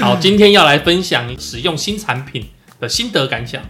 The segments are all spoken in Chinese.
好，今天要来分享使用新产品的心得感想。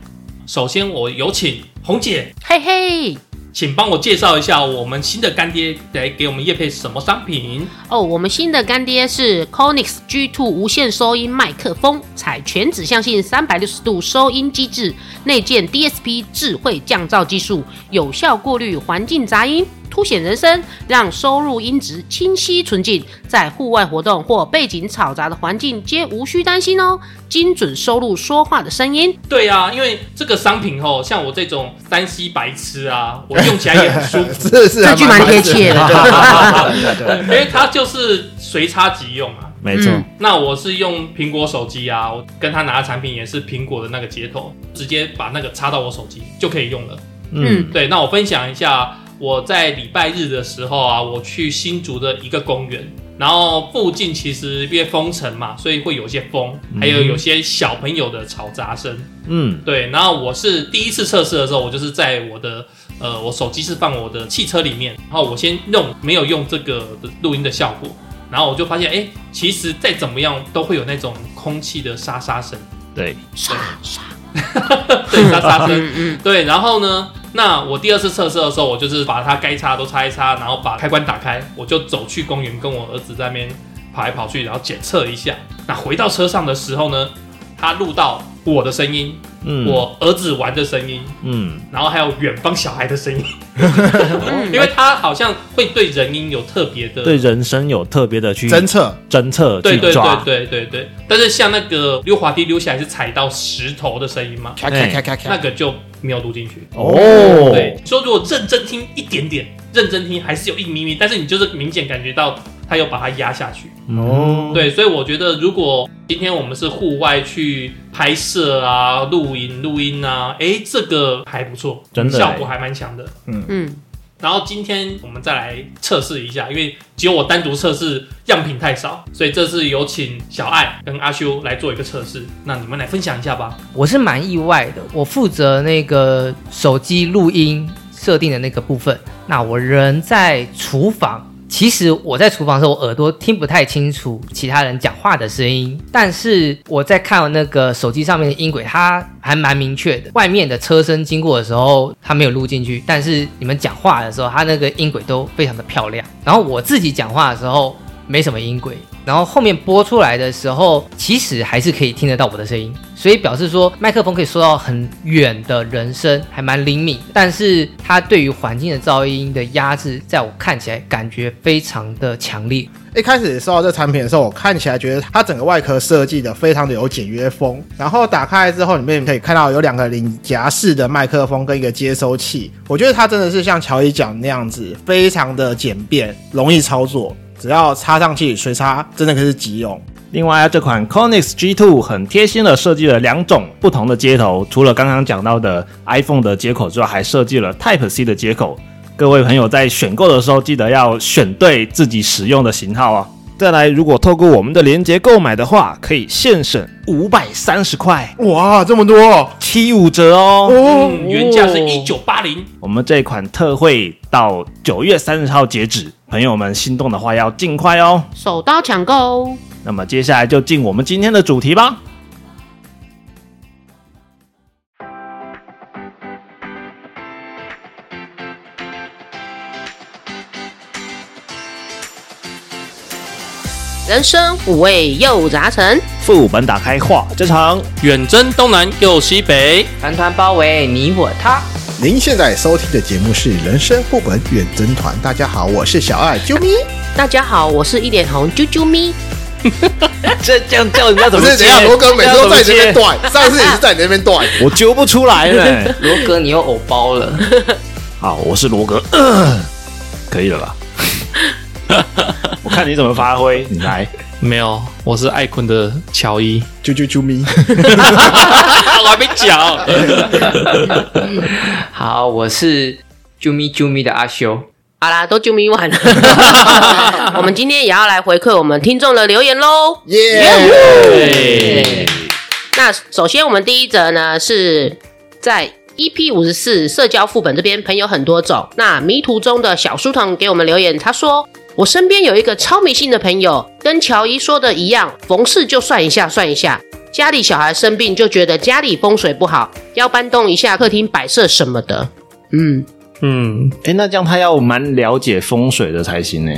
首先，我有请红姐，嘿嘿，请帮我介绍一下我们新的干爹来给我们叶配什么商品。哦，我们新的干爹是 c o n i x G2 无线收音麦克风，采全指向性三百六十度收音机制，内建 DSP 智慧降噪技术，有效过滤环境杂音，凸显人声，让收入音质清晰纯净，在户外活动或背景嘈杂的环境皆无需担心哦，精准收录说话的声音。对啊，因为这个商品哦，像我这种三 C 白痴啊，我用起来也很舒 服，是是，这句蛮贴切的蛮蛮是的对 对对，因为它就是随插即用啊。没错，嗯那我是用苹果手机啊，我跟他拿的产品也是苹果的那个接头，直接把那个插到我手机就可以用了。嗯，对，那我分享一下，我在礼拜日的时候啊，我去新竹的一个公园，然后附近其实因为封城嘛，所以会有些风，还有有些小朋友的吵杂声。嗯对，然后我是第一次测试的时候，我就是在我的呃，我手机是放我的汽车里面，然后我先弄没有用这个录音的效果，然后我就发现，哎，其实再怎么样都会有那种空气的沙沙声， 对，刷刷，对，沙沙声，嗯嗯，对，然后呢，那我第二次测试的时候，我就是把它该插的都插一插，然后把开关打开，我就走去公园跟我儿子在那边跑来跑去，然后检测一下。那回到车上的时候呢，他录到我的声音，嗯我儿子玩的声音，嗯然后还有远方小孩的声音，嗯因为他好像会对人音有特别的，对人生有特别的去侦测侦测对去对对抓，对对对。但是像那个溜滑梯溜下来是踩到石头的声音嘛，咔咔咔咔咔，那个就没有录进去。哦对，说如果认真听一点点，认真听还是有一咪咪，但是你就是明显感觉到他有把它压下去。嗯哦，对，所以我觉得如果今天我们是户外去拍摄啊、录影、录音啊，诶，这个还不错，真的效欸果还蛮强的。嗯，然后今天我们再来测试一下，因为只有我单独测试样品太少，所以这次有请小爱跟阿修来做一个测试。那你们来分享一下吧。我是蛮意外的，我负责那个手机录音设定的那个部分。那我人在厨房，其实我在厨房的时候，我耳朵听不太清楚其他人讲话的声音，但是我在看那个手机上面的音轨，它还蛮明确的。外面的车声经过的时候，它没有录进去，但是你们讲话的时候，它那个音轨都非常的漂亮。然后我自己讲话的时候。没什么音轨，然后后面播出来的时候，其实还是可以听得到我的声音，所以表示说麦克风可以收到很远的人声，还蛮灵敏。但是它对于环境的噪音的压制，在我看起来感觉非常的强烈。一开始收到这产品的时候，我看起来觉得它整个外壳设计的非常的有简约风。然后打开之后，里面可以看到有两个领夹式的麦克风跟一个接收器。我觉得它真的是像乔伊讲那样子，非常的简便，容易操作。只要插上去随插，真的可是急用。另外啊，这款 c o n i x G2 很贴心的设计了两种不同的接头，除了刚刚讲到的 iPhone 的接口之外，还设计了 Type C 的接口。各位朋友在选购的时候，记得要选对自己使用的型号啊。再来，如果透过我们的链接购买的话，可以现省五百三十块，哇，这么多哦！七五折哦。嗯，原价是一九八零，我们这款特惠到九月三十号截止，朋友们心动的话要尽快哦。手刀抢购哦。那么接下来就进我们今天的主题吧。人生五味又杂陈，副本打开话家常，远征东南又西北，团团包围你我他，您现在收听的节目是《人生副本远征团》，大家好，我是小爱，啾咪，大家好，我是一脸红啾啾咪。这这样叫人家不是怎样？罗哥每次都在你那边断，上次也是在你那边断。我揪不出来了。罗哥你又偶包了， 好，我是罗格，呃可以了吧？ 我看你怎么发挥，你来。没有，我是爱坤的乔伊，啾啾啾咪， 我还没讲。 好，我是啾咪啾咪的阿修。好啦，都啾咪完了，我们今天也要来回馈我们听众的留言喽。 耶！ 对，那首先我们第一则呢是在 EP 五十四社交副本这边，朋友很多种。那迷途中的小书童给我们留言，他说。我身边有一个超迷信的朋友，跟乔伊说的一样，逢事就算一下算一下。家里小孩生病就觉得家里风水不好，要搬动一下客厅摆设什么的。嗯，嗯，哎，那这样他要蛮了解风水的才行呢，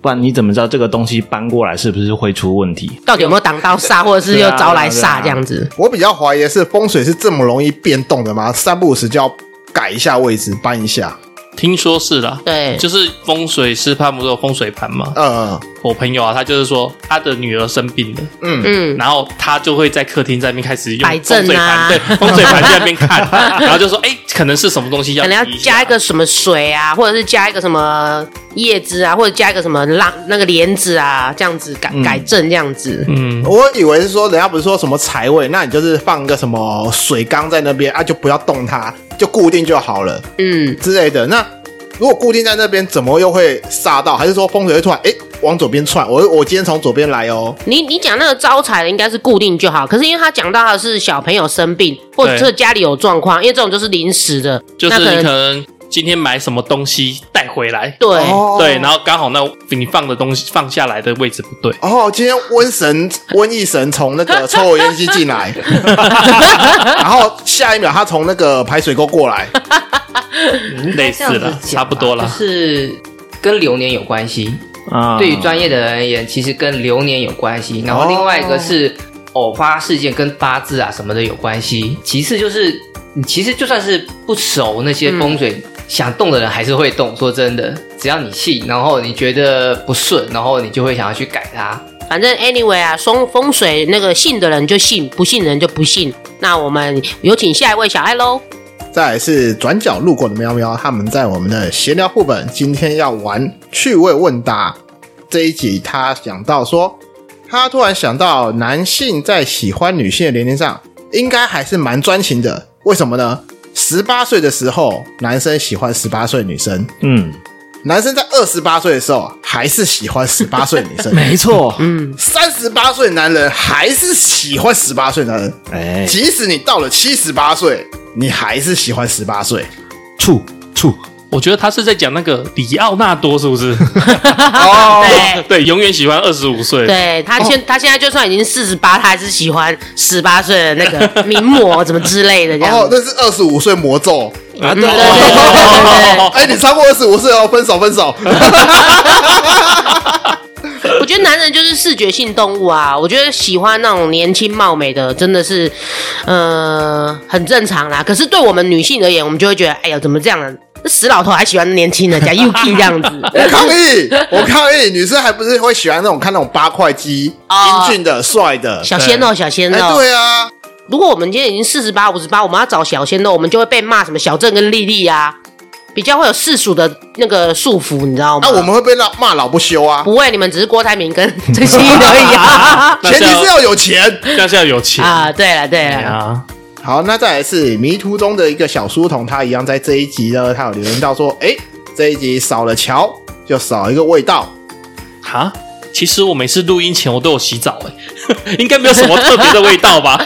不然你怎么知道这个东西搬过来是不是会出问题？到底有没有挡到煞，或者是又招来对啊对啊煞这样子？我比较怀疑的是风水是这么容易变动的吗？三不五时就要改一下位置，搬一下。听说是啦。对，就是风水师他们都有风水盘嘛，嗯我朋友啊，他就是说他的女儿生病了，嗯，嗯，然后他就会在客厅在那边开始用摆风水正盘，啊对， 风水盘在那边 看，然后就说，哎、可能是什么东西要可能要移下加一个什么水啊，或者是加一个什么叶子啊，或者加一个什么浪那个帘子啊，这样子改、嗯改正这样子。嗯，我以为是说人家不是说什么财位，那你就是放一个什么水缸在那边啊，就不要动它，就固定就好了嗯，之类的。那如果固定在那边，怎么又会煞到？还是说风水会突然哎、往左边窜？我我今天从左边来哦。你你讲那个招财的应该是固定就好，可是因为他讲到的是小朋友生病，或者对是家里有状况，因为这种就是临时的，就是那可你能可能今天买什么东西带回来，对、哦对，然后刚好那你放的东西放下来的位置不对，哦，今天瘟神、瘟疫神从那个抽油烟机进来，然后下一秒他从那个排水沟过 来，嗯类似这样了子，讲差啊不多就了。是跟流年有关系。啊，对于专业的人而言，其实跟流年有关系，然后另外一个是偶发事件跟八字啊什么的有关系。其次就是，你其实就算是不熟那些风水，想动的人还是会动。说真的，只要你信，然后你觉得不顺，然后你就会想要去改它。反正 anyway 啊，风风水那个信的人就信，不信的人就不信。那我们有请下一位小爱喽。再来是转角路过的喵喵，他们在我们的闲聊副本今天要玩趣味问答这一集，他讲到说，他突然想到男性在喜欢女性的年龄上，应该还是蛮专情的，为什么呢？十八岁的时候，男生喜欢十八岁女生；嗯，男生在二十八岁的时候，还是喜欢十八岁女 生；没错，嗯，三十八岁男人还是喜欢十八岁男人，哎，即使你到了七十八岁，你还是喜欢十八岁。处处我觉得他是在讲那个里奥纳多，是不是？哦对。 对，永远喜欢二十五岁。对他现、他现在就算已经四十八，他还是喜欢十八岁的那 个名模怎么之类的这样哦，子。那是二十五岁魔咒。啊，对对对对对哎、你超过二十五岁哦，分手分手。对，我觉得男人就是视觉性动物啊，我觉得喜欢那种年轻貌美的真的是，呃，很正常啦。可是对我们女性而言，我们就会觉得，哎呀，怎么这样呢？这死老头还喜欢年轻人家 Yuki 这 样子，我抗议，我抗议！女生还不是会喜欢那种看那种八块肌、哦英俊的、帅的。小鲜肉，小鲜哎、肉。对啊，如果我们今天已经四十八、五十八，我们要找小鲜肉，我们就会被骂什么小郑跟丽丽啊，比较会有世俗的那个束缚，你知道吗？那、啊我们会被骂骂老不 休啊。不会，你们只是郭台铭跟郑欣宜而已 啊。那前提是要是要有钱。但是要有钱啊，对了对对了，啊，好，那再来是迷途中的一个小书童，他一样在这一集呢，他有留言到说，哎、这一集少了乔，就少一个味道。啊哈。其实我每次录音前我都有洗澡、哎， 应该没有什么特别的味道 吧？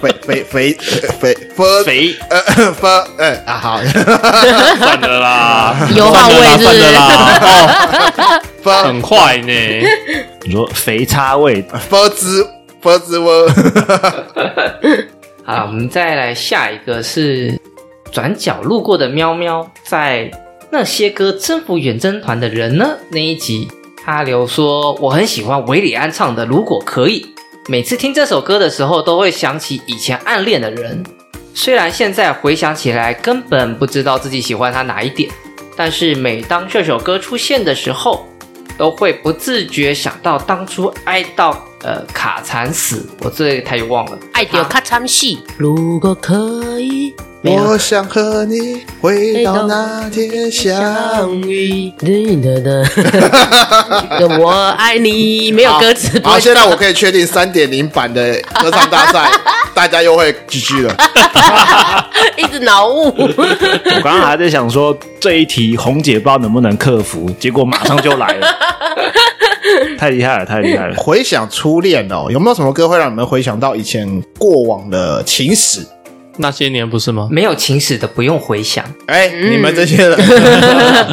肥肥肥肥肥肥，呃肥呃啊好，算了 啦，油耗味是不算了是？啦，算了啦 哦，肥很快呢。你说肥叉味肥之肥之温，好，我们再来下一个是转角路过的喵喵，在那些歌征服远征团的人呢那一集，他留说我很喜欢韦礼安唱的《如果可以》，每次听这首歌的时候都会想起以前暗恋的人，虽然现在回想起来根本不知道自己喜欢他哪一点，但是每当这首歌出现的时候，都会不自觉想到当初哀悼呃卡惨死，我这个台语忘了，爱丢咔嚓戏，如果可以，没有我想和你回到那天相遇。遇，的的的， 我爱你，没有歌词。不好，会现在我可以确定三点零版的歌唱大赛，大家又会 GG 了。一直脑雾。我刚刚还在想说这一题红姐不知道能不能克服，结果马上就来 了，太厉害了，太厉害嗯了！回想初恋哦，有没有什么歌会让你们回想到以前过往的情史？那些年不是吗？没有情史的不用回想，哎、嗯你们这些人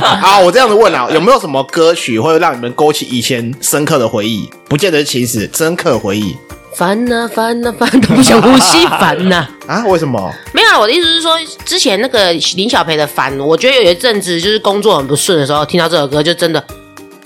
啊，我这样子问啊，有没有什么歌曲会让你们勾起以前深刻的回忆？不见得是情史，深刻回忆 烦呐烦呐烦，啊 都不想呼吸，烦呐、啊？为什么？没有啊，我的意思是说，之前那个林小培的烦，我觉得有一阵子就是工作很不顺的时候，听到这首歌就真的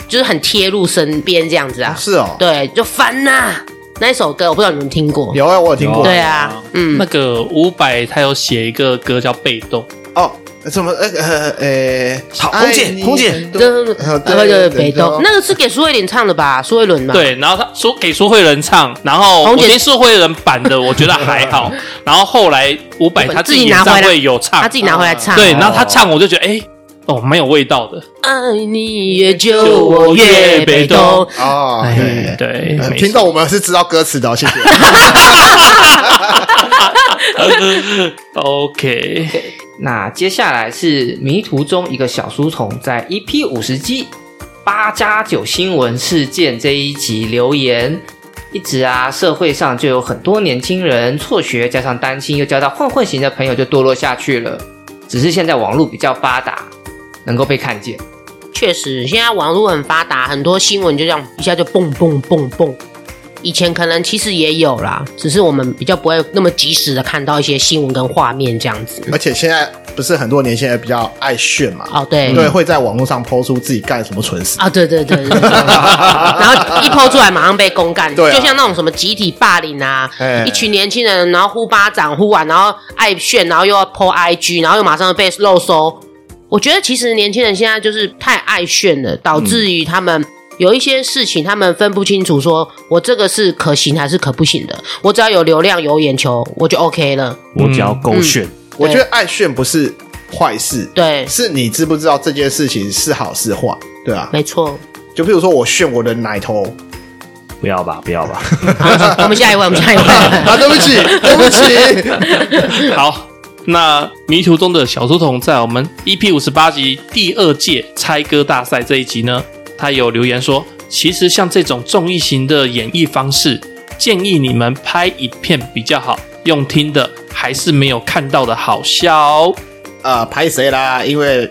就是很贴入身边这样子啊。是哦，对，就烦呐、那一首歌，我不知道你们听过。有啊，我有听过。对啊，嗯那，个伍佰他有写一个歌叫《被动》，哦，什么？呃呃呃，好红姐爱你红姐很多跟呃对呃对对对北对东那个是给苏慧伦唱的吧？苏慧伦嘛。，对，然后他说给苏慧伦唱，然后我红姐听苏慧伦版的，我觉得还 好，然后后来伍佰他自己演唱会有唱他，自己拿回来唱。对，然后他唱我就觉得哎。哦，蛮有味道的，爱你越久，我越北东。哦，对。对，呃哎没听懂我们是知道歌词的哦，谢谢。错 OK，那接下来是迷途中一个小书童在 EP 五十集八加九新闻事件这一集留言。一直啊，社会上就有很多年轻人辍学，加上单亲，又交到混混型的朋友，就堕落下去了。只是现在网络比较发达，能够被看见。确实，现在网络很发达，很多新闻就这样一下就蹦蹦蹦蹦。以前可能其实也有啦，只是我们比较不会那么及时的看到一些新闻跟画面这样子。而且现在不是很多年轻人比较爱炫嘛，哦，对，对，会在网络上抛出自己干什么蠢事。啊，对对对对 对然后一抛出来马上被公干，对啊就像那种什么集体霸凌啊，哎一群年轻人然后呼巴掌呼完，然后爱炫，然后又要 po IG，然后又马上被漏收。我觉得其实年轻人现在就是太爱炫了，导致于他们。有一些事情，他们分不清楚说，我这个是可行还是可不行的。我只要有流量、有眼球，我就 OK 了。我只要勾选，我觉得爱炫不是坏事，对，是你知不知道这件事情是好是坏，对 啊。没错。就比如说我炫我的奶头，不要嗯吧，不 要吧。好，我们下一位，我们下一位。 啊，对不起，对不起，好，那迷途中的小书童在我们 EP 五十八集第二届猜歌大赛这一集呢，他有留言说，其实像这种综艺型的演绎方式，建议你们拍影片比较好，用听的还是没有看到的好笑哦。啊，拍谁啦？因为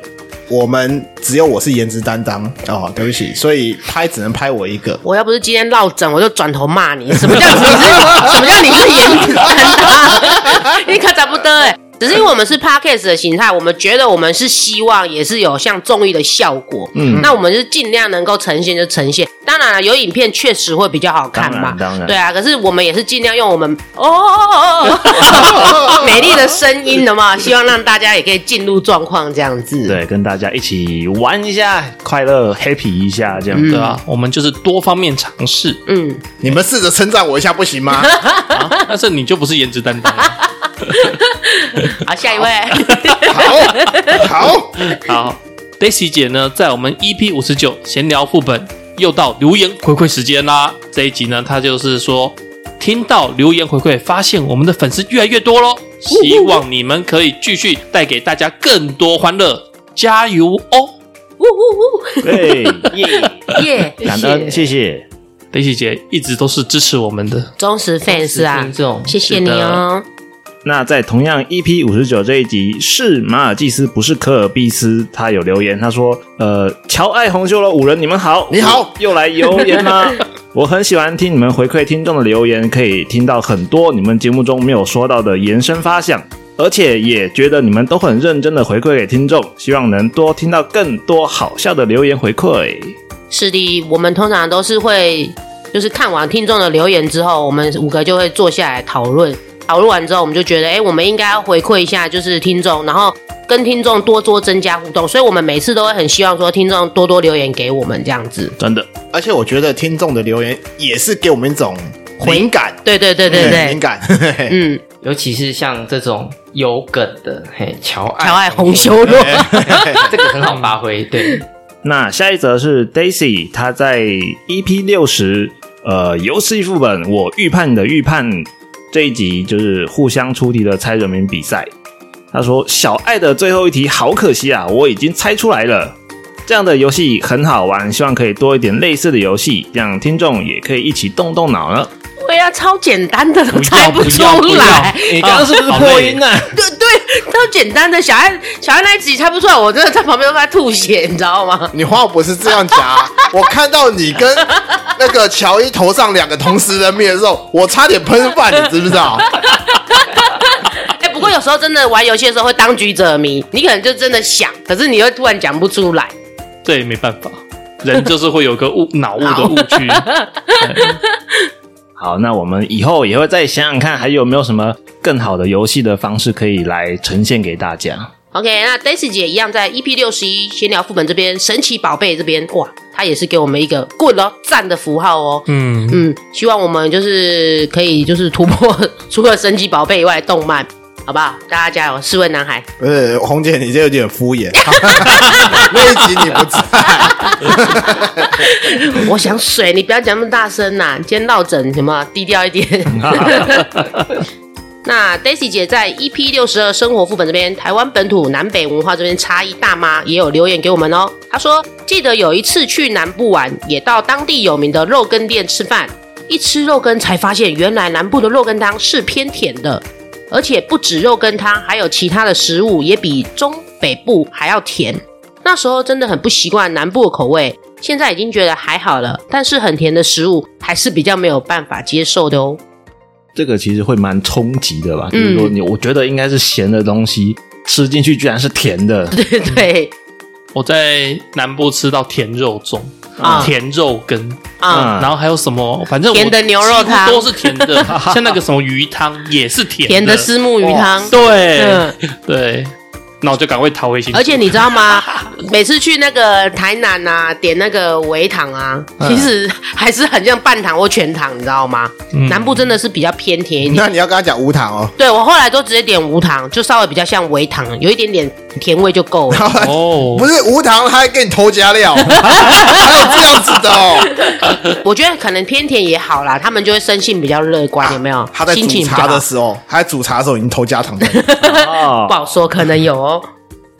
我们只有我是颜值担当哦，对不起，所以拍只能拍我一个。我要不是今天落枕，我就转头骂你。什么叫你是？什么叫你是颜值担当？你可咋不得哎、只是因为我们是 podcast 的形态，我们觉得我们是希望也是有像综艺的效果。嗯，那我们是尽量能够呈现就呈现。当然了，有影片确实会比较好看嘛。当然当然对啊，可是我们也是尽量用我们哦哦哦哦哦美丽的声音的 嘛，希望让大家也可以进入状况这样子。，对，跟大家一起玩一下，快乐 happy 一下，这样、对啊，嗯我们就是多方面尝试，嗯，你们试着称赞我一下不行 吗？啊、但是你就不是颜值担当了。好，下一位。好，好， 好，Daisy 姐呢，在我们 EP 五十九闲聊副本又到留言回馈时间啦。这一集呢，她就是说，听到留言回馈，发现我们的粉丝越来越多喽，希望你们可以继续带给大家更多欢乐，加油哦 呜呜 对，呜，耶！感恩，谢谢。 ！Daisy 姐一直都是支持我们的，忠实 fans 啊听，众谢谢你哦。那在同样 EP 五十九这一集，是马尔济斯不是科尔必斯，他有留言，他说：“呃，乔爱红修罗五人，你们好，你好，又来留言吗？我很喜欢听你们回馈听众的留言，可以听到很多你们节目中没有说到的延伸发想，而且也觉得你们都很认真的回馈给听众，希望能多听到更多好笑的留言回馈。是的，我们通常都是会，就是看完听众的留言之后，我们五个就会坐下来讨论。讨论完之后，我们就觉得，哎、我们应该要回馈一下，就是听众，然后跟听众多多增加互动。所以，我们每次都会很希望说，听众多多留言给我们这样子。真的，而且我觉得听众的留言也是给我们一种灵感，对对对对灵对，感， 嘿嘿嗯，尤其是像这种有梗的，嘿，乔爱乔爱红修罗，嗯 这个很好发挥。对，那下一则是 Daisy，她在 EP 六十，呃，游戏副本我预判你的预判这一集就是互相出题的猜人名比赛。她说小爱的最后一题好可惜啊，我已经猜出来了。这样的游戏很好玩，希望可以多一点类似的游戏，让听众也可以一起动动脑呢。对啊，超简单的都不要猜不出要不要来。你刚刚是不是破音啊？对对，超简单的。小安小安那一集猜不出来，我真的在旁边都在吐血，你知道吗？你话不是这样讲、 啊，我看到你跟那个乔伊头上两个同时人面的时候，我差点喷饭，你知不知道？ 哎、不过有时候真的玩游戏的时候会当局者迷，你可能就真的想，可是你又突然讲不出来。这也没办法，人就是会有个误脑雾的误区。好，那我们以后也会再想想看，还有没有什么更好的游戏的方式可以来呈现给大家。 OK，那 Daisy 姐一样在 EP 六十一闲聊副本这边，神奇宝贝这边，哇，她也是给我们一个棍哦赞的符号哦。嗯，嗯，希望我们就是可以就是突破 除了神奇宝贝以外的动漫，好不好？大家加油！四位男孩，不是，红姐，你这有点敷衍。 那一集你不在，我想水，你不要讲那么大声呐、你今天落枕，什么低调一点。那 Daisy 姐在 EP 六十二生活副本这边，台湾本土南北文化这边差异大吗？也有留言给我们哦。她说，记得有一次去南部玩，也到当地有名的肉羹店吃饭，一吃肉羹才发现，原来南部的肉羹汤是偏甜的，而且不止肉羹汤，还有其他的食物也比中北部还要甜。那时候真的很不习惯南部的口味，现在已经觉得还好了，但是很甜的食物还是比较没有办法接受的哦。 这个其实会蛮冲击的吧？嗯就是说你，我觉得应该是咸的东西吃进去居然是甜 的，对对我在南部吃到甜肉粽、啊甜肉羹，嗯啊，然后还有什么，反正我甜的牛肉汤几乎都是甜 的，像那个什么鱼汤也是甜甜的丝木鱼汤。哦对、嗯，对，那我就赶快逃回新竹。而且你知道吗？ 每次去那个台南啊，点那个微糖啊，嗯其实还是很像半糖或全糖，你知道吗？嗯南部真的是比较偏甜一点。那你要跟他讲无糖哦。对我后来都直接点无糖，就稍微比较像微糖，有一点点甜味就够了。哦不，是无糖，他还给你偷加 料，还有这样子的哦。 我觉得可能偏甜也好啦，他们就会生性比较乐观，有没有？他在心情煮比较茶好的时候，他在煮茶的时候已经偷加糖了。 哦不好说，可能有哦。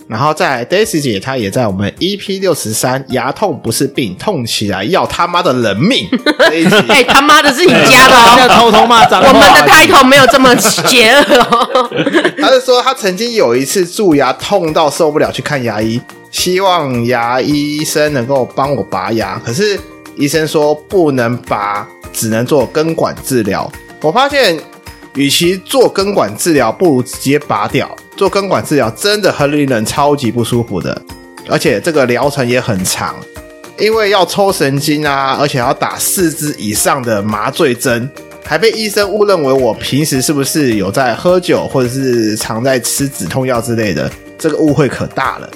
然后再来 Daisy 姐，她也在我们 EP 六十三，牙痛不是病，痛起来要他妈的人 命。这一集 哎、他妈的是你家的大家哦，偷偷骂脏话。我们的 title 没有这么邪恶 哦。 他是说他曾经有一次蛀牙痛到受不了，去看牙医，希望牙医生能够帮我拔牙，可是医生说不能拔，只能做根管治疗。我发现，与其做根管治疗，不如直接拔掉。做根管治疗真的很令人超级不舒服的，而且这个疗程也很长，因为要抽神经啊，而且要打四支以上的麻醉针，还被医生误认为我平时是不是有在喝酒，或者是常在吃止痛药之类的，这个误会可大了。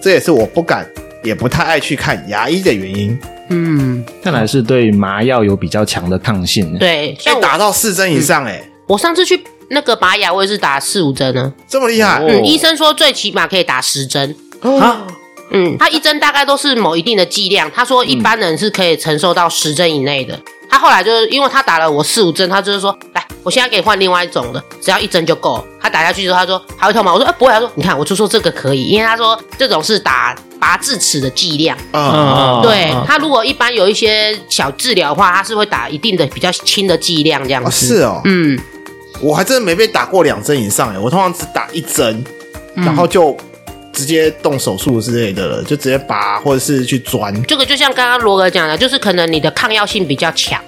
这也是我不敢，也不太爱去看牙医的原因。嗯，看来是对麻药有比较强的抗性。对，被像我哎打到四针以上、欸，哎、我上次去那个拔牙，我也是打四五针呢。这么厉害！嗯，医生说最起码可以打十针。哦啊，嗯，他一针大概都是某一定的剂量，他说一嗯般人是可以承受到十针以内的。他后来就是因为他打了我四五针，他就是说，来，我现在给你换另外一种的，只要一针就够。他打下去之后，他说还会痛吗？我说、呃、不会。他说你看，我就说这个可以，因为他说这种是打拔智齿的剂量。嗯，对、他如果一般有一些小治疗的话，他是会打一定的比较轻的剂量这样哦子。是哦，嗯，我还真的没被打过两针以上、欸，我通常只打一针，嗯然后就直接动手术之类的了，就直接拔或者是去钻。这个就像刚刚罗格讲的，就是可能你的抗药性比较强，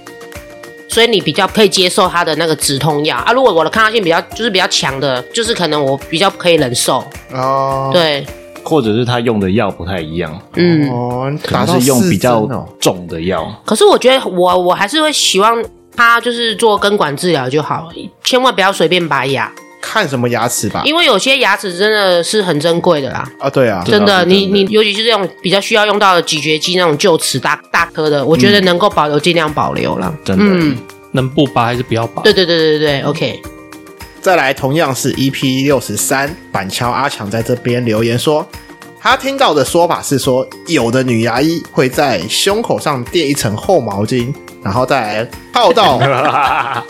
所以你比较可以接受它的那个止痛药啊。如果我的抗药性比较就是比较强的，就是可能我比较可以忍受。哦，，对，或者是他用的药不太一样，嗯。哦，可打能到是用比较四针哦重的药。可是我觉得我我还是会希望他就是做根管治疗就好，千万不要随便拔牙，看什么牙齿吧？因为有些牙齿真的是很珍贵的啦。啊，对啊，对啊真的，是真你的你尤其是这种比较需要用到的咀嚼肌那种臼齿大大颗的，我觉得能够保留尽量保留啦。真的嗯，能不拔还是不要拔？对对对对对对，OK。再来，同样是 EP 六十三，板桥阿强在这边留言说，他听到的说法是说，有的女牙医会在胸口上垫一层厚毛巾，然后再套到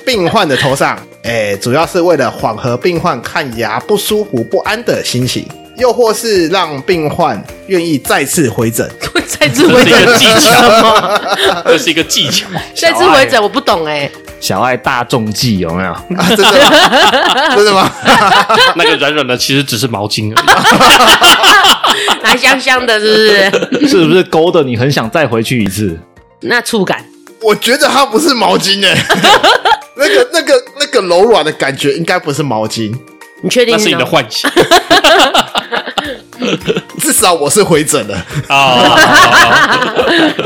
病患的头上，哎、主要是为了缓和病患看牙不舒服不安的心情，又或是让病患愿意再次回诊。 再次回这是一诊个技巧什么？ 这是一个技巧。再次回诊我不懂哎、小爱大众计有 没有？啊，真的吗？真的吗？那个软软的其实只是毛巾而哦已。 拿香香的，是不 是？是不是勾的你很想再回去一次？那触感，我觉得它不是毛巾哎、 那个、那个、那个柔软的感觉应该不是毛巾，你确定那是你的吗？幻 想至少我是回诊的。 啊！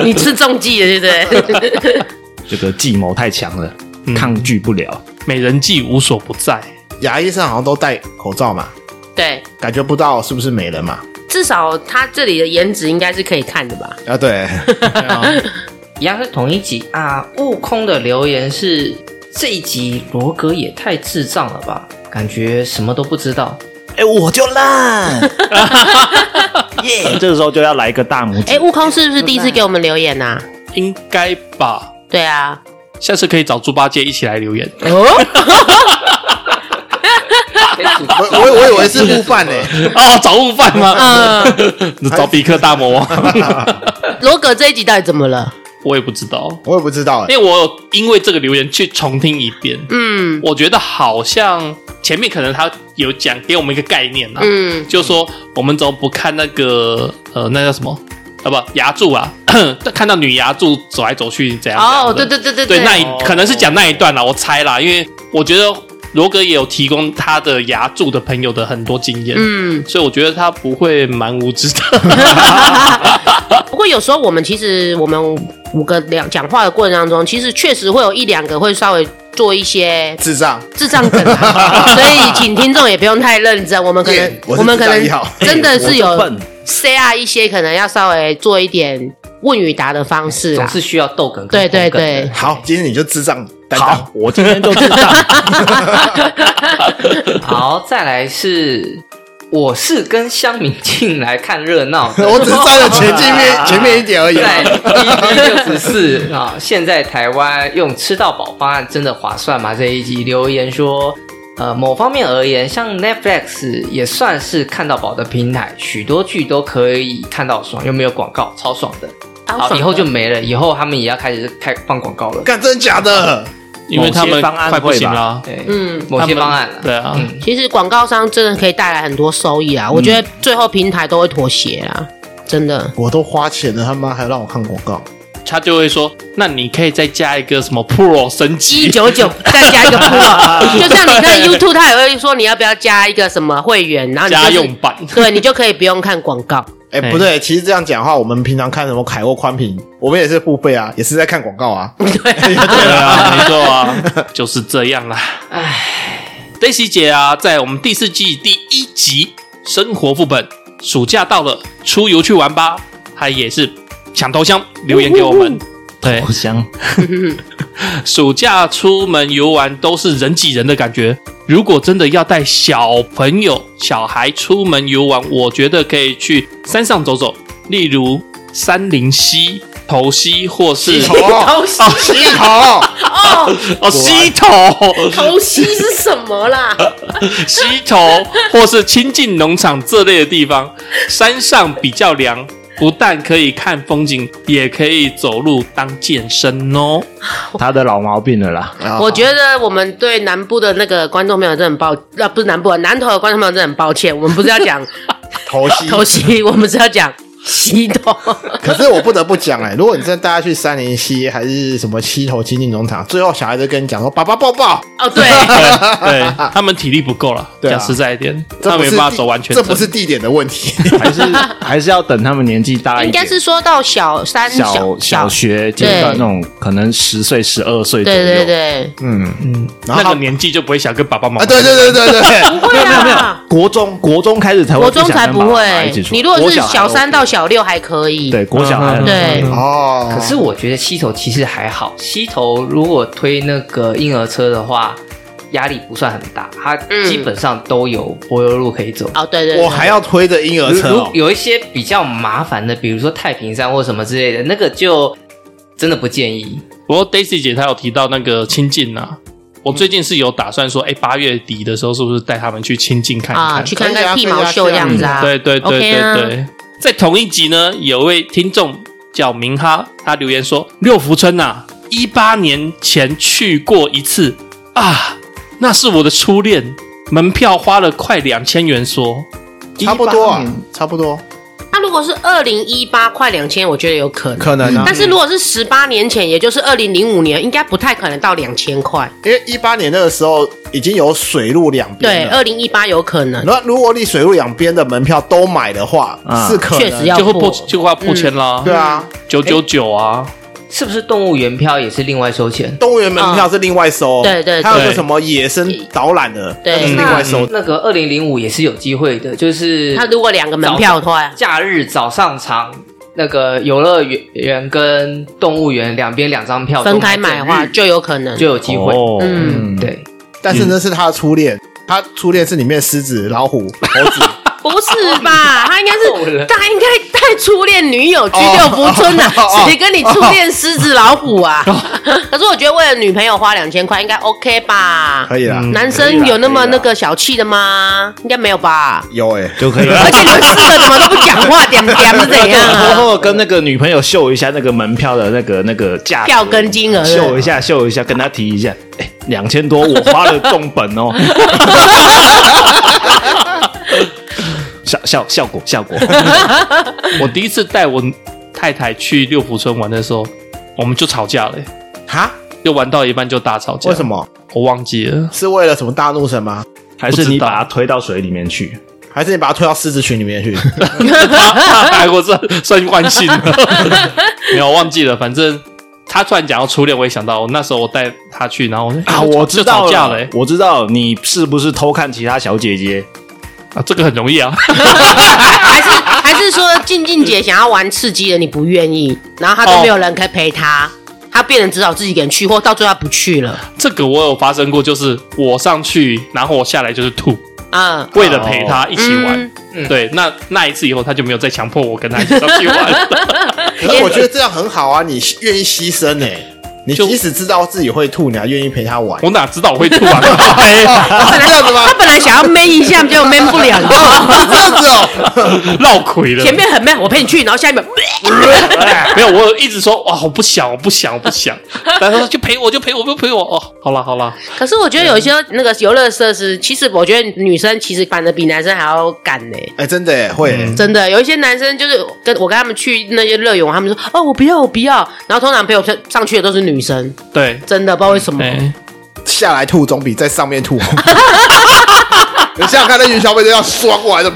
你吃中计了，对不对？ 这个计谋太强了，嗯抗拒不了。美人计无所不在，牙医上好像都戴口罩嘛，对，感觉不到是不是美人嘛？至少他这里的颜值应该是可以看的吧？啊，对，对啊一样是同一集啊。悟空的留言是：这一集罗格也太智障了吧，感觉什么都不知 道。哎、我就烂，耶、这个时候就要来一个大拇指。哎，悟空是不是第一次给我们留言呐、啊？应该吧？对啊，下次可以找猪八戒一起来留 言。我我我以为是悟饭呢、欸 哦，找悟饭吗？嗯找比克大 魔王，呃罗格这一集到底怎么了？我也不知道，我也不知道、欸。 因为我有因为这个留言去重听一遍，嗯我觉得好像前面可能他有讲给我们一个概念啊，嗯，就说我们怎么不看那个呃那叫什么啊不牙柱啊， 看到女牙柱走来走去怎样怎样哦，的对对对对对，那一哦可能是讲那一段啦，我猜啦，因为我觉得罗格也有提供他的牙柱的朋友的很多经验，嗯，所以我觉得他不会蛮无知的。 不过有时候我们其实我们五个两讲话的过程当中，其实确实会有一两个会稍微做一些智障，智障梗、啊，所以请听众也不用太认真，我们可能、耶我是们可能智障一号真的是有哎我笨 CR 一些可能要稍微做一点问与答的方式总啦。是需要逗梗跟对捧对梗的。对，好，今天你就智障担好 当，，我今天就知道。好，再来是我是跟乡民进来看热闹的，我只是站在前进面前面一点 而已。在 EP 六十四啊，现在台湾用吃到饱方案真的划算吗？这一集留言说。呃，某方面而言，像 Netflix 也算是看到饱的平台，许多剧都可以看到爽，又没有广告，超爽的。好，以后就没了，以后他们也要开始开放广告了。干真假的？因为他某们些方案快不会行吧啦。对，嗯。某些他们方案了。对啊，嗯，其实广告商真的可以带来很多收益啊！我觉得最后平台都会妥协啦，真的。我都花钱了，他妈还让我看广告？他就会说，那你可以再加一个什么 Pro 升一级，九 九再加一个 Pro，就像你看 YouTube，它也会说你要不要加一个什么会员，然后你、就 是、家用，版。 对你就可以不用看广 告。哎、哎不对，其实这 样讲的话，我们平常看什么凯沃宽屏，我们也是付费啊，也是在看广告啊。 对啊，没错啊，就是这样啦。唉，Daisy 姐啊，在我们第四季第一集《生活副本》，暑假到了，出游去玩吧。她也是抢头香留言给我们。对，互相嗯暑假出门游玩都是人挤人的感觉。如果真的要带小朋友、小孩出门游玩，我觉得可以去山上走走，例如山林溪、头溪，或是 头哦， 洗头，哦溪头、头吸是什么 啦？溪头，或是亲近农场这类的地方。山上比较凉，不但可以看风景，也可以走路当健身哦。他的老毛病了啦，我觉得我们对南部的那个观众朋友真的很抱，呃、不是南部啊，南投的观众朋友真的很抱歉，我们不是要 讲头洗头吸，我们是要讲吸 头。 可是我不得不讲哎、如果你真的带他去三林溪还是什么七头亲近农场，最后小孩子跟你讲说“爸爸抱抱哦，对，对，对他们体力不够了， 对啊讲实在一点，”，这他不没是办法地走完全这程。不是地点的问题。还是还是要等他们年纪大一应点，该是说到小三小小小，学阶段对那种，可能十岁、十二岁左右。对对对，嗯嗯，然 那后他个年纪就不会想跟爸爸妈妈。啊，对对对对 对对，会没有没有啊，国中国中开始才会国不想中跟才爸不爸妈妈一会起出，你如果是国还小三 OK 到小六还可以，对国嗯哎小还啊对哦，可是我觉得溪头其实还好，溪头如果推那个婴儿车的话，压力不算很大，它嗯基本上都有柏油路可以走。哦对对，对我还要推着婴儿如车如哦，有一些比较麻烦的，比如说太平山或什么之类的，那个就真的不建议。不过 Daisy 姐她有提到那个亲近啊，我最近是有打算说，哎，八月底的时候是不是带他们去亲近看一啊看？去看看剃毛秀这样子啊，对对对 OK 对啊对，在同一集呢，有位听众叫明哈，他留言说六福村呐、啊，一八年前去过一次啊，那是我的初恋，门票花了快两千元说。差不多18啊年，差不多，那如果是二零一八快两千，我觉得有可能。可能啊但，是如果是十八年前，也就是二零零五年，应该不太可能到两千块。因为一八年那个时候已经有水路两对，边了。二零一八有可能，那如果你水路两边的门票都买的话，啊是可确实能。要嗯就会破破。就快要破千啦，对啊，九九九啊，是不是动物园票也是另外收钱？动物园门票是另外收，啊对对对还有个什么野生导览的，对嗯那是另外收。那个二零零五也是有机会的，就是他如果两个门票的话，假日早上场那个游乐园跟动物园两边两张票分开买的话，就就有可能就。有机会。哦嗯，对，但是那是他的初恋，他初恋是里面狮子、老虎、猴 子。不是吧？他应该够了是他应该带初恋女友去六福村啊哦哦哦，谁跟你初恋狮子老虎啊？ 可是我觉得为了女朋友花两千块应该 OK 吧？可以啊啦，嗯男生有那么那个小气的吗？应该没有吧？有哎、就可以而 且你们四个怎么都不讲话，点点是怎样偷 啊？偷地跟那个女朋友秀一下那个门票的那个那个价格票根金额秀一下秀一下，跟她提一下，哎，两千多我花了重本 哦。 效效效果效果，哎我第一次带我太太去六福村玩的时候，我们就吵架了、哈？就玩到一半就大吵架。为什？么？我忘记 了。是为了什么大怒神吗？还是你把她推到水里面去？ 还是你把他推到狮子群里面去？哎，我算算惯性 了，没有忘记了。反正他突然讲到初恋，我也想到，我那时候我带他去，然后我就啊，我知道就吵架了，了、欸我知道你是不是偷看其他小姐姐？啊，这个很容易啊。 还是还是说静静姐想要玩刺激的，你不愿意，然后她都没有人可以陪她，她变成只好自己一个人去，或到最后她不去了。这个我有发生过，就是我上去，然后我下来就是吐，嗯，为了陪他一起玩。嗯对，那那一次以后，他就没有再强迫我跟他一起上去玩 了。可是我觉得这样很好啊，你愿意牺牲哎、你就即使知道自己会吐，你还愿意陪他玩。我哪知道我会吐 啊？哎呀哦啊是这样子吗他？本来想要 man 一下，结果 man 不 了，你知道吗？这样子哦，绕亏了。前面很 man，我陪你去，然后下一秒， 没有，我一直说哇，我不想，我不想，我不想。 然后他说就陪我，就陪我，就陪我。哦，好了好了， 可是我觉得有一些那个游乐设施，其实我觉得女生其实反而比男生还要敢呢、哎、真的哎、会、欸真的，有一些男生就是跟我跟他们去那些乐园玩，他们说哦我不要我不要，然后通常陪我上上去的都是女生，对，真的不知道为什么。 哎，下来吐总比在上面 吐好。你想想看，那群小朋友要爽过来 的，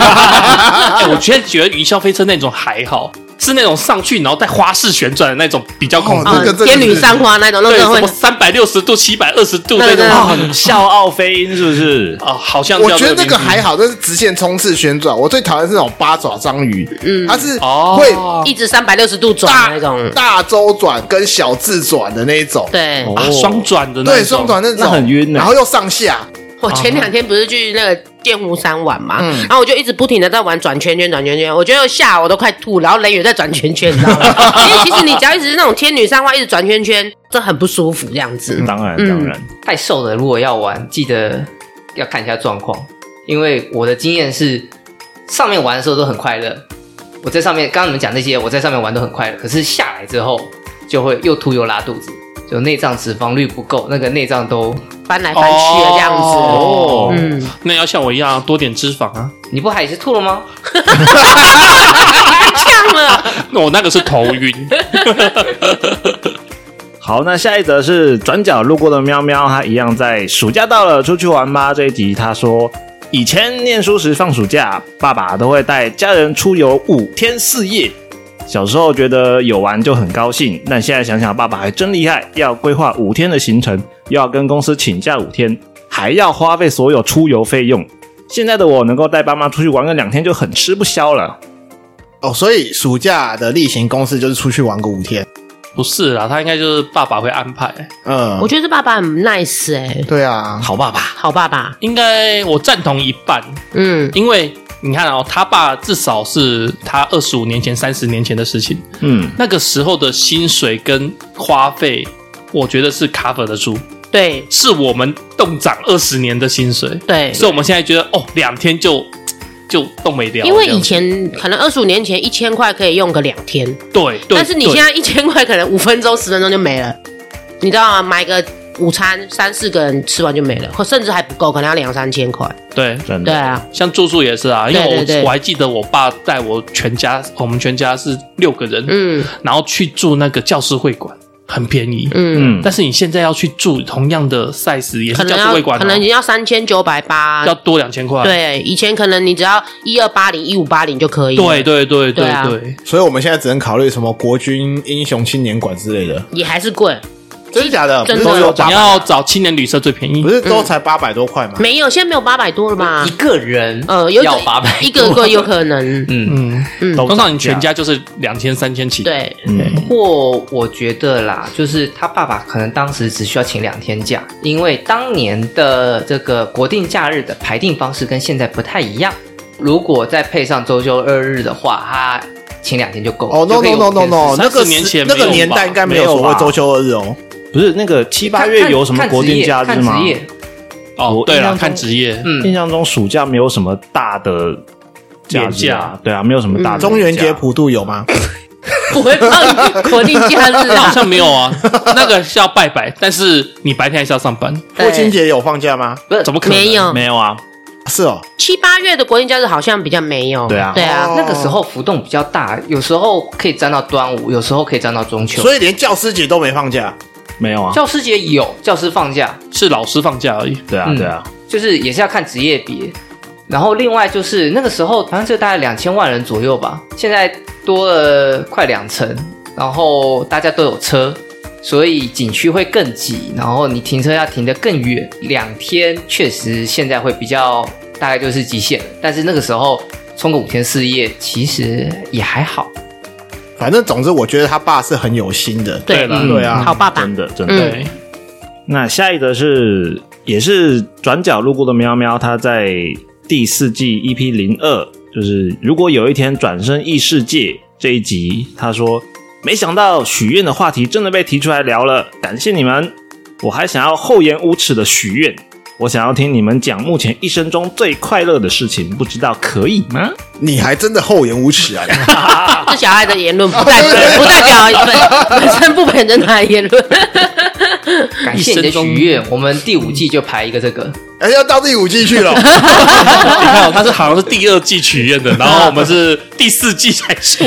哎我觉得觉得云霄飞车那种还好，是那种上去然后再花式旋转的那种比较恐怖。哦啊这个这，个天女散花那种，那对，种什会么三百六十度、七百二十度那对种对啊对哦，笑傲飞鹰是不是？啊，好像我叫觉得那个名字还好，这是直线冲刺旋转。我最讨厌是那种八爪章鱼，嗯它是哦，会一直三百六十度大转那种，大周转跟小自转的那一种，对。啊双转的那哦对，种双转那啊种那很晕欸然后又上下，我前两天不是去那个剑湖山玩嘛，嗯然后我就一直不停的在玩转圈圈转圈圈，我觉得吓我都快吐，然后雷雨在转圈圈，你知道吗？ 因为其实你只要一直那种天女散花一直转圈圈，这很不舒服这样子。当然嗯当然，太瘦的如果要玩，记得要看一下状况，因为我的经验是上面玩的时候都很快乐，我在上面刚刚你们讲那些，我在上面玩都很快乐，可是下来之后就会又吐又拉肚子，就内脏脂肪率不够，那个内脏都翻来翻去的这样子。哦嗯，那要像我一样多点脂肪啊。 你不还是吐了吗？呛了。那哦我那个是头 晕，好，那下一则是转角路过的喵喵，它一样在暑假到了，出去玩吧这一集。他说，以前念书时放暑假，爸爸都会带家人出游五天四夜。小时候觉得有玩就很高兴，但现在想想，爸爸还真厉害，要规划五天的行程，又要跟公司请假五天，还要花费所有出游费用。现在的我能够带爸妈出去玩个两天就很吃不消了。哦，所以暑假的例行公事就是出去玩个五天。不是啦，他应该就是爸爸会安排。嗯我，觉得这爸爸很 nice 哎、对啊，好爸爸，好爸爸。应该我赞同一半，嗯，因为你看哦，他爸至少是他二十五年前、三十年前的事情，嗯，那个时候的薪水跟花费，我觉得是 cover 得住，对是我们动涨二十年的薪水，对，所以我们现在觉得哦，两天就就动没掉了。因为这样以子前可能二十五年前一千块可以用个两天，对，对但是你对现在一千块可能五分钟、十分钟就没了，你知道吗？买个午餐三四个人吃完就没了，或甚至还不够，可能要两三千块。对真对的。啊，像住宿也是啊，因为我对对对我还记得我爸带我全家，我们全家是六个人，嗯然后去住那个教师会馆，很便宜。嗯，嗯，但是你现在要去住同样的 size，也可是教能师要会馆、哦，可能你要三千九百八要。多两千块。对，以前可能你只要一二八零、一五八零就可以。对，对对对啊对对，所以我们现在只能考虑什么国军英雄青年馆之类的，也还是贵。啊真的假的？不真是的都有你八百，嗯要找青年旅社最便宜不。是都才八百多块吗？没有，现在没有八百多了吧一？个人啊呃，有要八百，一个个有可能。嗯，嗯，嗯，通常你全家就是两千三千起。对， 不过我觉得啦，就是他爸爸可能当时只需要请两天假，因为当年的这个国定假日的排定方式跟现在不太一样。如果再配上周休二日的话，他请两天就够了。哦就，no 可以 no 有 no 五天 no 时 no，那个30年时前那个没有年代吧应该没有没有所谓吧周休二日哦。不是那个七八月有什么国定假日吗看？职业哦我，对印了，象中看职业。嗯印象中暑假没有什么大的假年日啊假，对啊，没有什嗯么大的中元节年假普渡有吗？不会放国定假日那好啊。像 没有啊， 那个是要拜拜，但是你白天还是要上班，父对亲节有放假吗？怎么可能？没有没有啊，是哦，七八月的国定假日好像比较没有。对啊对啊，哦那个时候浮动比较大，有时候可以沾到端午，有时候可以沾到中秋。所以连教师节都没放假。没有啊，教师节有，教师放假，是老师放假而已。对啊，嗯对啊，就是也是要看职业别。然后另外就是那个时候，好像就大概两千万人左右吧，现在多了快两成，然后大家都有车，所以景区会更挤，然后你停车要停得更远。两天确实现在会比较大概就是极限了，但是那个时候冲个五天四夜其实也还好。反正总之，我觉得他爸是很有心的。对了，嗯对啊，好爸爸真。的真的。嗯对，那下一则是也是转角路过的喵喵，它在第四季 EP 零二，就是如果有一天转身异世界这一集，他说没想到许愿的话题真的被提出来聊了，感谢你们。我还想要厚颜无耻的许愿，我想要听你们讲目前一生中最快乐的事情，不知道可以吗？你还真的厚颜无耻 啊！这小孩的言论不代表不代表本本身不本人他的言论。感谢你的许愿，我们第五季就排一个这个。哎，要到第五季去了，你 看哦，他是好像是第二季许愿的，然后我们是第四季才出。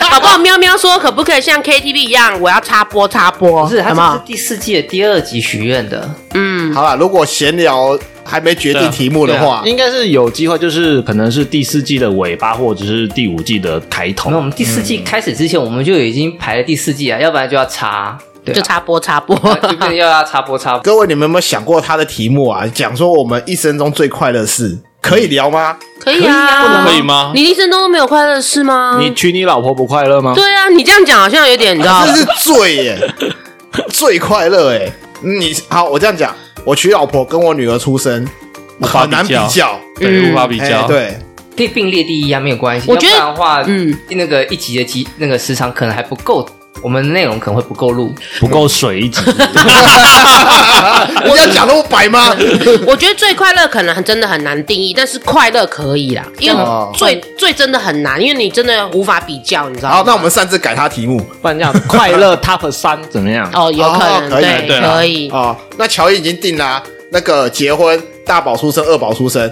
好不好？喵喵说可不可以像 KTV 一样，我要插播插播，不是，好不他是好？第四季的第二集许愿的，嗯，好了，如果闲聊还没决定题目的话，应该是有机会，就是可能是第四季的尾巴，或者是第五季的开头那。我们第四季嗯开始之前，我们就已经排了第四季啊，要不然就要插，对 啊、就插播插播。就变成要要插播插播。各位你们有没有想过他的题目啊？讲说我们一生中最快乐的事，可以聊吗？可以啊，不能可以吗你一生中都没有快乐的事吗？你娶你老婆不快乐吗？对啊，你这样讲好像有点，你知道这啊是最耶，最快乐哎！你好，我这样讲，我娶老婆跟我女儿出生，无法好难比较较。对，无法比哎较。，对，可以并列第一啊，没有关系。我觉得要不然的话，嗯嗯，那个一集的集那个时长可能还不够，我们的内容可能会不够 录。不够水一集，人家讲那么白 吗？我觉得最快乐可能真的很难定义，但是快乐可以啦，因为哦最最真的很难，因为你真的无法比较，你知道好吗，？那我们擅自改他题目不然这样快乐 Top 三怎么样？哦，有可哦能，可以对，对啦可以。哦。那乔伊已经定啦、那个结婚，大宝出生，二宝出 生，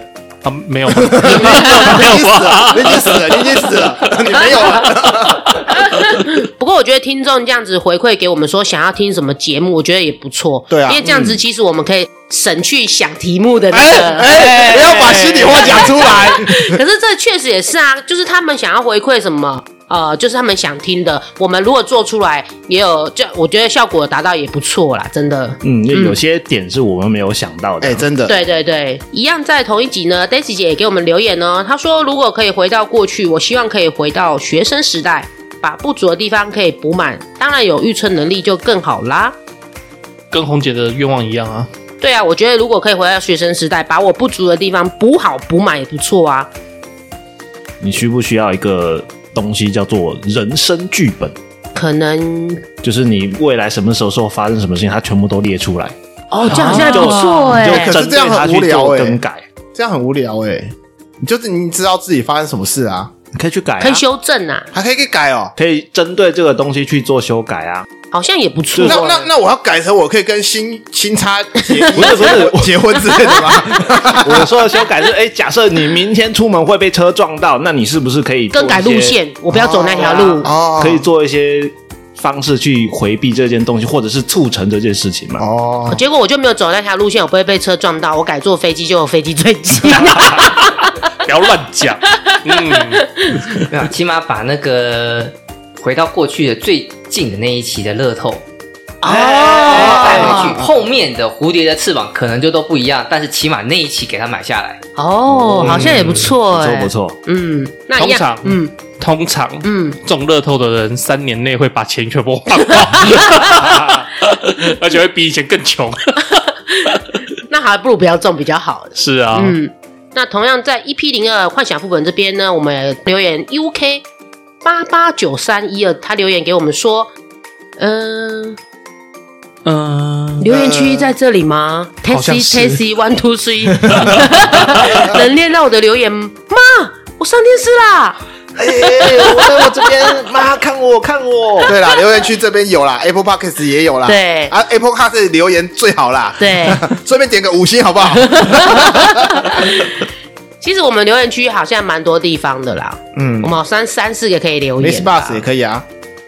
啊，没有，你已经死了，你已经死了，你已经死了，你没有啊了。不过我觉得听众这样子回馈给我们说想要听什么节目，我觉得也不错。对啊因为这样子其实我们可以省去想题目的那哎个。哎，不要 把心里话讲出来。可是这确实也是啊，就是他们想要回馈什么。呃，就是他们想听的，我们如果做出来，也有这，我觉得效果达到也不错啦，真的。嗯，有些点是我们没有想到的。 哎，真的，对对对，一样在同一集呢，Daisy 姐也给我们留言哦，她说如果可以回到过去，我希望可以回到学生时代，把不足的地方可以补满，当然有预测能力就更好啦。跟红姐的愿望一样啊。对啊，我觉得如果可以回到学生时代，把我不足的地方补好补满也不错啊。你需不需要一个东西叫做人生剧本？可能就是你未来什么时候时候发生什么事情，它全部都列出来，哦，这样好像还不错哎、就可是针这对样它很去无聊做哎更改。这样很无聊哎。你就是你知道自己发生什么事啊，你可以去改、啊，可以修正啊，还可以给改哦。可以针对这个东西去做修改啊。好像也不错就那是。说那那我要改成我可以跟新新差结不是不是我 结婚之类的吗？我说的修改是，哎、假设你明天出门会被车撞到，那你是不是可以做更改一路些？线，我不要走那条路。哦，可以做一些方式去回避这件东西，或者是促成这件事情嘛？哦，结果我就没有走那条路线，我不会被车撞到。我改坐飞机，就有飞机坠机。不要乱讲。嗯，没有，起码把那个回到过去的最近的那一期的乐透带回去，哦后面的蝴蝶的翅膀可能就都不一样，但是起码那一期给它买下来。哦，好像也不错不错哎，不。错，嗯，那一通样常，嗯通常嗯，中乐透的人三年内会把钱全部花光， 而且会比以前更穷。那还不如不要中比较好。是啊，嗯，那同样在 EP 零二幻想副本这边呢，我们留言 UK 八八九三一二，他留言给我们说，嗯、嗯，留言区在这里吗好像？Tessie 是 Tessie one two three，能念到我的留言吗？我上电视啦！哎、我在我这边，妈看我看我，对啦，留言区这边有啦，Apple Podcast 也有啦。对啊，Apple Podcast 留言最好啦。对， 顺便点个五星好 不好？其实我们留言区好像蛮多地方的啦，嗯我们好像三四个可以嗯留 m i s 言 b 吧。 o s 也可以啊。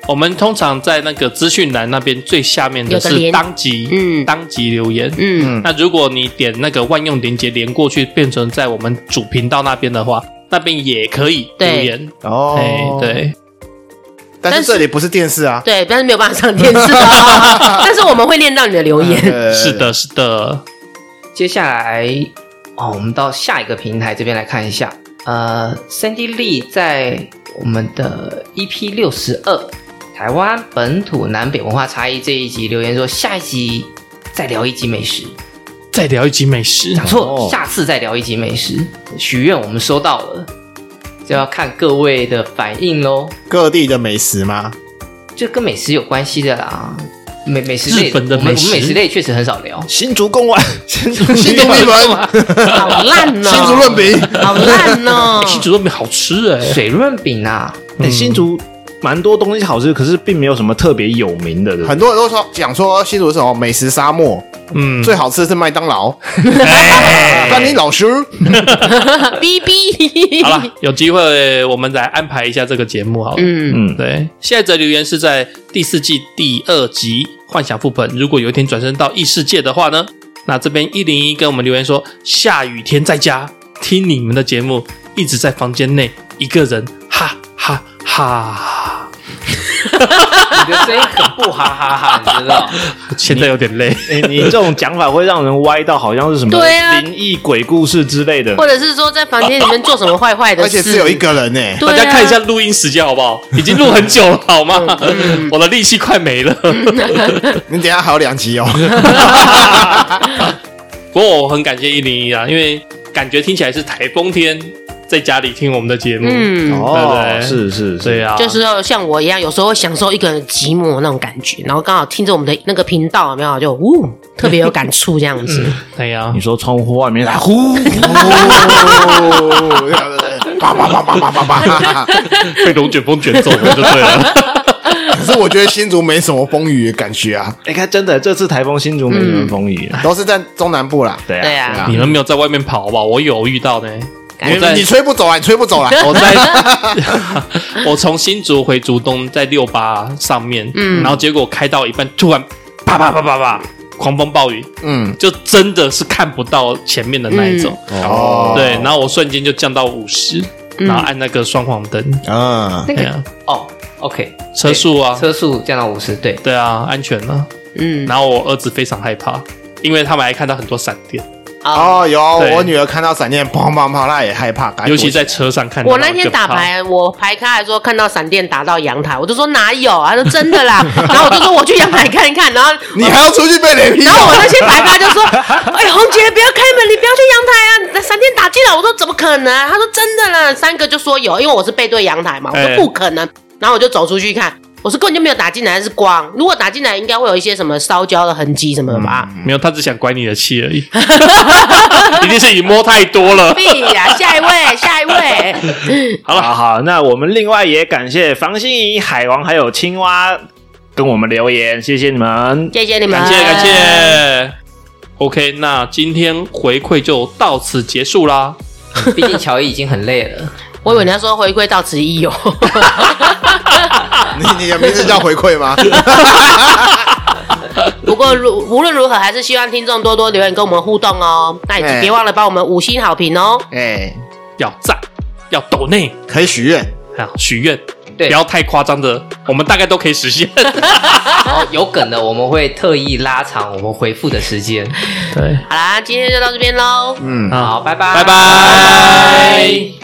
我们通常在那个资讯栏那边最下面的有个是连当集，嗯当集留言。嗯，那如果你点那个万用连接连过去，变成在我们主频道那边的话，那边也可以留对言。哦哎、对，但但是是这里不是电 视啊。对，但是没有办法上电视啊，但是我们会念到你的留 言。呃是，的，是的，接下来哦，我们到下一个平台这边来看一下。呃，Sandy Lee 在我们的 EP 六十二台湾本土南北文化差异这一集留言说，下一集再聊一集美食。再聊一集美食。讲错哦，下次再聊一集美食。许愿我们收到了，就要看各位的反应喽。各地的美食吗？就跟美食有关系的啦，美美食类，日本的我们美食！我们美食类确实很少聊。新竹公馆， 新竹新竹一门，好烂哦！新竹论饼，好烂哦新竹肉饼好吃哎、水润饼啊，哎、嗯新竹蛮多东西好吃，可是并没有什么特别有名的，对不对很多人都说讲说新竹是什么美食沙漠，嗯，最好吃的是麦当 劳。哎 丹尼老师，哔哔。好了，有机会我们来安排一下这个节目好了。嗯，嗯，对，下一则留言是在第四季第二集《幻想副本》。如果有一天转身到异世界的话呢？那这边一零一跟我们留言说，下雨天在家听你们的节目，一直在房间内一个人，哈哈哈！你的声音很不哈哈哈，你知道？现在有点累，哎、你这种讲法会让人歪到好像是什么对啊灵异鬼故事之类的或。者是说在房间里面做什么坏坏的而事，且只有一个人呢。对啊，大家看一下录音时间好不好？已经录很久了，好吗？我的力气快没了。你等一下还有两集哦。不过我很感谢一零一啊，因为感觉听起来是台风天在家里听我们的节目，哦嗯，对不对是是是，对啊，就是要像我一样，有时候会享受一个人寂寞那种感觉，然后刚好听着我们的那个频道，有没有就呜特别有感触这样子。对啊呀、你说窗户外面来 呼，哦，叭叭叭叭叭叭叭。被龙卷风卷走了就对了。可是我觉得新竹没什么风雨的感觉啊，哎、看真的，这次台风新竹没什么风雨、啊都是在中南部啦。对啊，嗯对对啊啊，你们没有在外面跑吧？我有遇到呢。 你我在你吹不走啊，你吹不走啦。我在 我从新竹回竹东，在六八上面，嗯然后结果开到一半，突然啪啪啪啪啪，狂风暴雨，嗯，就真的是看不到前面的那一种。嗯哦，对，然后我瞬间就降到五十、然后按那个双黄灯，嗯，那对个啊，哦，OK，车速啊，车速降到五十，对， 对啊，安全啊。嗯，然后我儿子非常害怕，因为他们还看到很多闪电，哦，有对我女儿看到闪电砰砰砰，她也害怕，赶紧尤其在车上看到。我那天打更怕牌，我牌开来说看到闪电打到阳台，我就说哪有，他说真的啦，然后我就说我去阳台看一看，然后你还要出去被雷劈哦然后哦我那些白咖就 说：“哎，红姐不要开门，你不要去阳台啊，闪电打进来。”我说：“怎么可能？”他说：“真的啦。”三个就说有，因为我是背对阳台嘛，我哎说：“不可能。然后我就走出去看，我是根本就没有打进来，是光。如果打进来，应该会有一些什么烧焦的痕迹什么的吧？没有，他只想拐你的气而已， 一定是你摸太多了。必呀，下一位，下 一位，好了好好，那我们另外也感谢房心怡、海王还有青蛙跟我们留言，谢谢你们。谢谢你们，感谢感。谢。OK，那今天回馈就到此结束啦。毕竟乔伊已经很累了。我以为你要说回归到此一游，哦你你的名字叫回 馈吗？ 不过如无论如何，还是希望听众多多留言跟我们互动哦。那以及哎别忘了帮我们五星好评哦。哎，要赞，要抖内，可以许愿，啊，许愿，对不要太夸张的，我们大概都可以实现。然后有梗的，我们会特意拉长我们回复的时间。对，好啦，今天就到这边喽。嗯。好，拜拜，拜拜。